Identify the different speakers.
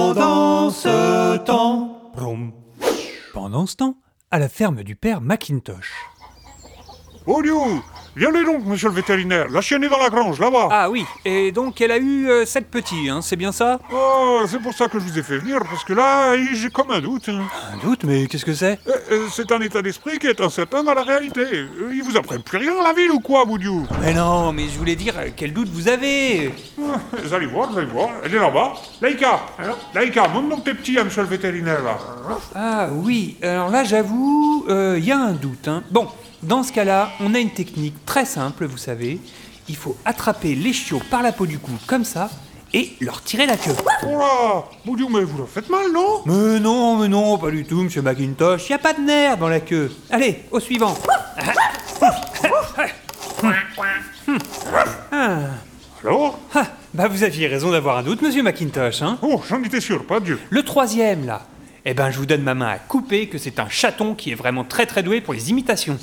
Speaker 1: Pendant ce temps.
Speaker 2: Pendant ce temps, à la ferme du père Macintosh.
Speaker 3: Oh Liou Viens-les donc, monsieur le vétérinaire. La chienne est dans la grange, là-bas.
Speaker 2: Ah oui, et donc elle a eu euh, sept petits, hein, c'est bien ça
Speaker 3: Oh, c'est pour ça que je vous ai fait venir, parce que là, j'ai comme un doute. hein.
Speaker 2: Un doute, mais qu'est-ce que c'est
Speaker 3: Euh, euh, C'est un état d'esprit qui est incertain dans la réalité. Euh, Ils vous apprennent plus rien à la ville ou quoi, Boudiou
Speaker 2: Mais non, mais je voulais dire, euh, quel doute vous avez
Speaker 3: Ah, Vous allez voir, vous allez voir. Elle est là-bas. Laïka hein, Laïka, montre donc tes petits à monsieur le vétérinaire, là.
Speaker 2: Ah oui, alors là j'avoue, il y a un doute. hein. Bon, dans ce cas-là, on a une technique très simple, vous savez. Il faut attraper les chiots par la peau du cou, comme ça, et leur tirer la queue.
Speaker 3: Oh là Boudiou, mais vous leur faites mal, non
Speaker 2: Mais non, mais non, pas du tout, monsieur Macintosh, y a pas de nerf dans la queue. Allez, au suivant.
Speaker 3: Alors
Speaker 2: Ah, bah vous aviez raison d'avoir un doute, monsieur Macintosh, hein
Speaker 3: Oh, j'en étais sûr, pas Dieu.
Speaker 2: Le troisième, là. Eh ben, je vous donne ma main à couper que c'est un chaton qui est vraiment très très doué pour les imitations.